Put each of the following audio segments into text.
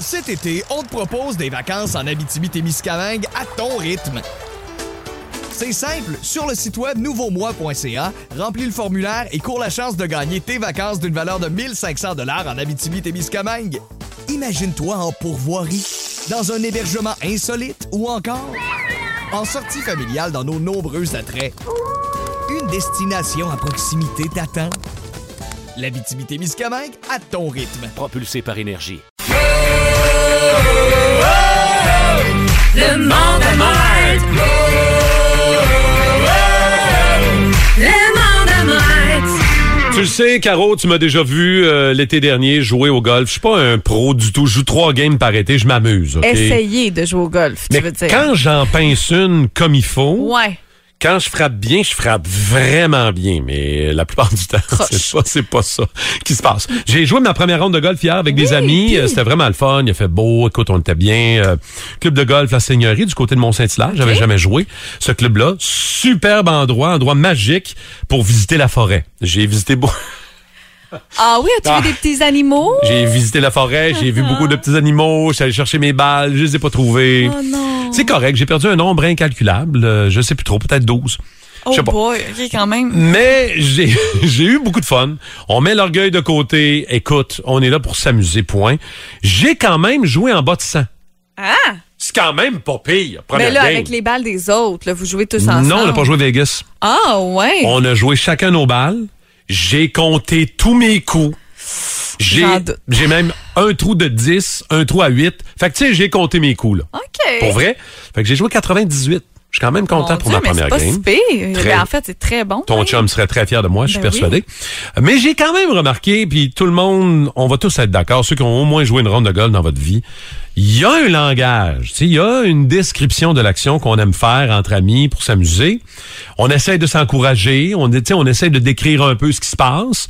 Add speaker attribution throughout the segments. Speaker 1: Cet été, on te propose des vacances en Abitibi-Témiscamingue à ton rythme. C'est simple, sur le site web nouveaumois.ca, remplis le formulaire et cours la chance de gagner tes vacances d'une valeur de 1500 dollars en Abitibi-Témiscamingue. Imagine-toi en pourvoirie, dans un hébergement insolite ou encore en sortie familiale dans nos nombreux attraits. Une destination à proximité t'attend. L'Abitibi-Témiscamingue à ton rythme.
Speaker 2: propulsé par énergie.
Speaker 3: Le monde à Mike. Le monde à Mike.
Speaker 4: Tu le sais, Caro, tu m'as déjà vu euh, l'été dernier jouer au golf. Je suis pas un pro du tout. Je joue trois games par été. Je m'amuse. ok?
Speaker 5: Essayer de jouer au golf,
Speaker 4: Mais
Speaker 5: tu veux dire.
Speaker 4: quand j'en pince une comme il faut,
Speaker 5: Ouais.
Speaker 4: quand je frappe bien, je frappe vraiment bien. Mais la plupart du temps, c'est pas, c'est pas ça qui se passe. J'ai joué ma première ronde de golf hier avec des amis. Euh, C'était vraiment le fun. Il a fait beau. Écoute, on était bien. Euh, club de golf La Seigneurie du côté de Mont-Saint-Hilaire. J'avais jamais joué. Ce club-là, superbe endroit, endroit magique pour visiter la forêt. J'ai visité beaucoup.
Speaker 5: Ah oui, as-tu
Speaker 4: Ah.
Speaker 5: vu des petits animaux?
Speaker 4: J'ai visité la forêt, j'ai vu beaucoup de petits animaux, je suis allé chercher mes balles, je les ai pas trouvées.
Speaker 5: Oh non.
Speaker 4: C'est correct, j'ai perdu un nombre incalculable, euh, je sais plus trop, peut-être 12.
Speaker 5: Oh
Speaker 4: je sais pas.
Speaker 5: boy, ok, quand même.
Speaker 4: Mais j'ai j'ai eu beaucoup de fun. On met l'orgueil de côté. Écoute, on est là pour s'amuser, point. J'ai quand même joué en bas de 100.
Speaker 5: Ah!
Speaker 4: C'est quand même pas pire, première
Speaker 5: Mais là,
Speaker 4: game.
Speaker 5: avec les balles des autres, là, vous jouez tous ensemble.
Speaker 4: Non, on n'a pas joué Vegas.
Speaker 5: Ah ouais.
Speaker 4: On a joué chacun nos balles. J'ai compté tous mes coups. J'ai
Speaker 5: J'en doute.
Speaker 4: j'ai même un trou de 10, un trou à 8. Fait que tu sais, j'ai compté mes coups là.
Speaker 5: OK.
Speaker 4: Pour vrai. Fait que j'ai joué 98. Je suis quand même
Speaker 5: Mon
Speaker 4: content pour
Speaker 5: Dieu,
Speaker 4: ma
Speaker 5: mais
Speaker 4: première
Speaker 5: c'est pas
Speaker 4: game.
Speaker 5: si pire.
Speaker 4: Très.
Speaker 5: Ben, en fait, c'est très bon.
Speaker 4: Ton
Speaker 5: hein.
Speaker 4: chum serait très fier de moi, je suis
Speaker 5: Ben
Speaker 4: persuadé. Mais j'ai quand même remarqué, puis tout le monde, on va tous être d'accord, ceux qui ont au moins joué une ronde de golf dans votre vie, il y a un langage, tu sais, il y a une description de l'action qu'on aime faire entre amis pour s'amuser. On essaie de s'encourager, on, tu sais, on essaie de décrire un peu ce qui se passe.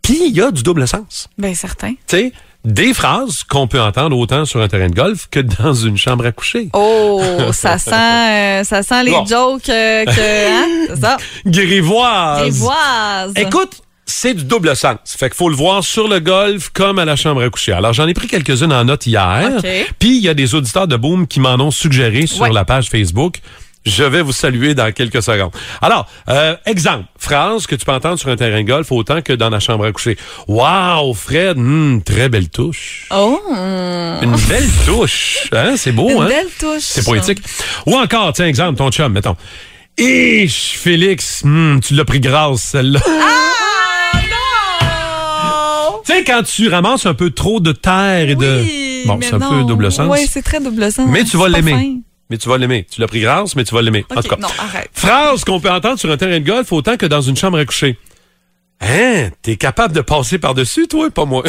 Speaker 4: Puis il y a du double sens,
Speaker 5: Ben certain.
Speaker 4: tu sais, des phrases qu'on peut entendre autant sur un terrain de golf que dans une chambre à coucher.
Speaker 5: Oh, ça sent, euh, ça sent les
Speaker 4: Bon.
Speaker 5: jokes euh, que, hein, c'est ça.
Speaker 4: Grivoise.
Speaker 5: Grivoise.
Speaker 4: Ah, Écoute, c'est du double sens. Fait qu'il faut le voir sur le golf comme à la chambre à coucher. Alors, j'en ai pris quelques-unes en note hier.
Speaker 5: OK.
Speaker 4: Puis, il y a des auditeurs de Boom qui m'en ont suggéré sur
Speaker 5: Ouais.
Speaker 4: la page Facebook. Je vais vous saluer dans quelques secondes. Alors, euh, exemple, phrase que tu peux entendre sur un terrain de golf autant que dans la chambre à coucher. Wow, Fred, hmm, très belle touche.
Speaker 5: Oh, hum,
Speaker 4: Une belle touche, hein, c'est beau,
Speaker 5: une
Speaker 4: hein.
Speaker 5: belle touche. hein.
Speaker 4: C'est poétique. Ou encore, tiens, exemple, ton chum, mettons. Ich, Félix, hmm, tu l'as pris grâce, celle-là.
Speaker 5: Ah non!
Speaker 4: Tu sais, quand tu ramasses un peu trop de terre et de...
Speaker 5: Oui,
Speaker 4: bon,
Speaker 5: mais
Speaker 4: c'est un peu
Speaker 5: non.
Speaker 4: double sens.
Speaker 5: Oui, c'est très double sens.
Speaker 4: mais tu vas
Speaker 5: C'est pas
Speaker 4: l'aimer.
Speaker 5: fin.
Speaker 4: Mais tu vas l'aimer. Tu l'as pris grâce, mais tu vas l'aimer. en
Speaker 5: Ok,
Speaker 4: tout cas.
Speaker 5: non, arrête.
Speaker 4: Phrase qu'on peut entendre sur un terrain de golf autant que dans une chambre à coucher. Hein? T'es capable de passer par-dessus, toi, pas moi.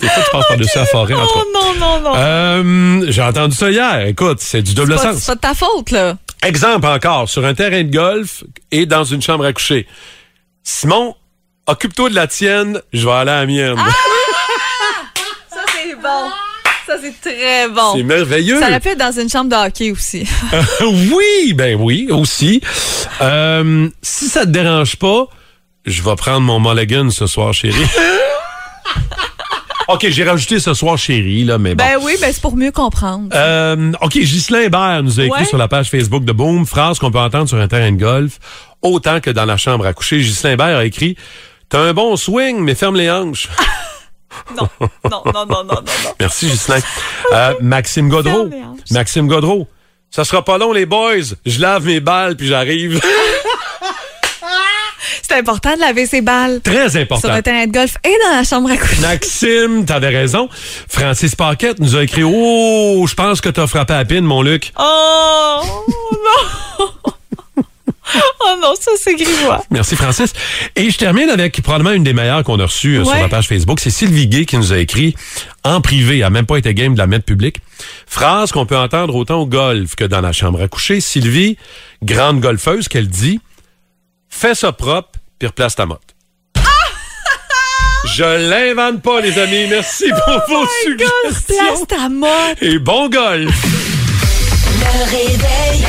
Speaker 4: Des fois, tu passes par-dessus la forêt, en tout
Speaker 5: Oh
Speaker 4: cas.
Speaker 5: non, non, non.
Speaker 4: Euh, J'ai entendu ça hier. Écoute, c'est du double
Speaker 5: C'est pas-
Speaker 4: sens.
Speaker 5: c'est pas de ta faute, là.
Speaker 4: Exemple encore, sur un terrain de golf et dans une chambre à coucher. Simon, occupe-toi de la tienne, je vais aller à la mienne.
Speaker 5: Ah Ça, c'est bon. Ça, c'est très bon.
Speaker 4: C'est merveilleux.
Speaker 5: Ça aurait pu être dans une chambre de hockey aussi.
Speaker 4: oui, ben oui, aussi. Euh, si ça te dérange pas, je vais prendre mon mulligan ce soir, chérie. OK, j'ai rajouté ce soir, chérie, là, mais bon.
Speaker 5: ben oui, ben c'est pour mieux comprendre.
Speaker 4: Euh, OK, Ghislain Hébert nous a écrit
Speaker 5: Ouais.
Speaker 4: sur la page Facebook de Boom, phrase qu'on peut entendre sur un terrain de golf, autant que dans la chambre à coucher. Ghislain Hébert a écrit « T'as un bon swing, mais ferme les hanches.
Speaker 5: Non, non, non, non, non, non. non. »
Speaker 4: Merci, Ghislain. Euh, Maxime Godreau.
Speaker 5: Ferme les hanches.
Speaker 4: Maxime Godreau. « Ça sera pas long, les boys. Je lave mes balles, puis j'arrive.
Speaker 5: C'est important de laver ses balles »
Speaker 4: Très
Speaker 5: sur
Speaker 4: important.
Speaker 5: le terrain de golf et dans la chambre à coucher.
Speaker 4: Maxime, t'avais raison. Francis Paquette nous a écrit « Oh, je pense que t'as frappé à pine, mon Luc. »
Speaker 5: Oh non! oh non, ça c'est grivois.
Speaker 4: Merci Francis. Et je termine avec probablement une des meilleures qu'on a reçues euh, sur
Speaker 5: Ouais.
Speaker 4: la page Facebook. C'est Sylvie Gay qui nous a écrit en privé, elle a même pas été game de la mettre publique. Phrase qu'on peut entendre autant au golf que dans la chambre à coucher. Sylvie, grande golfeuse, qu'elle dit Fais ça propre, puis replace ta motte. je l'invente pas, les amis. Merci pour vos suggestions.
Speaker 5: Place ta mode.
Speaker 4: Et bon golf!
Speaker 3: Le réveil.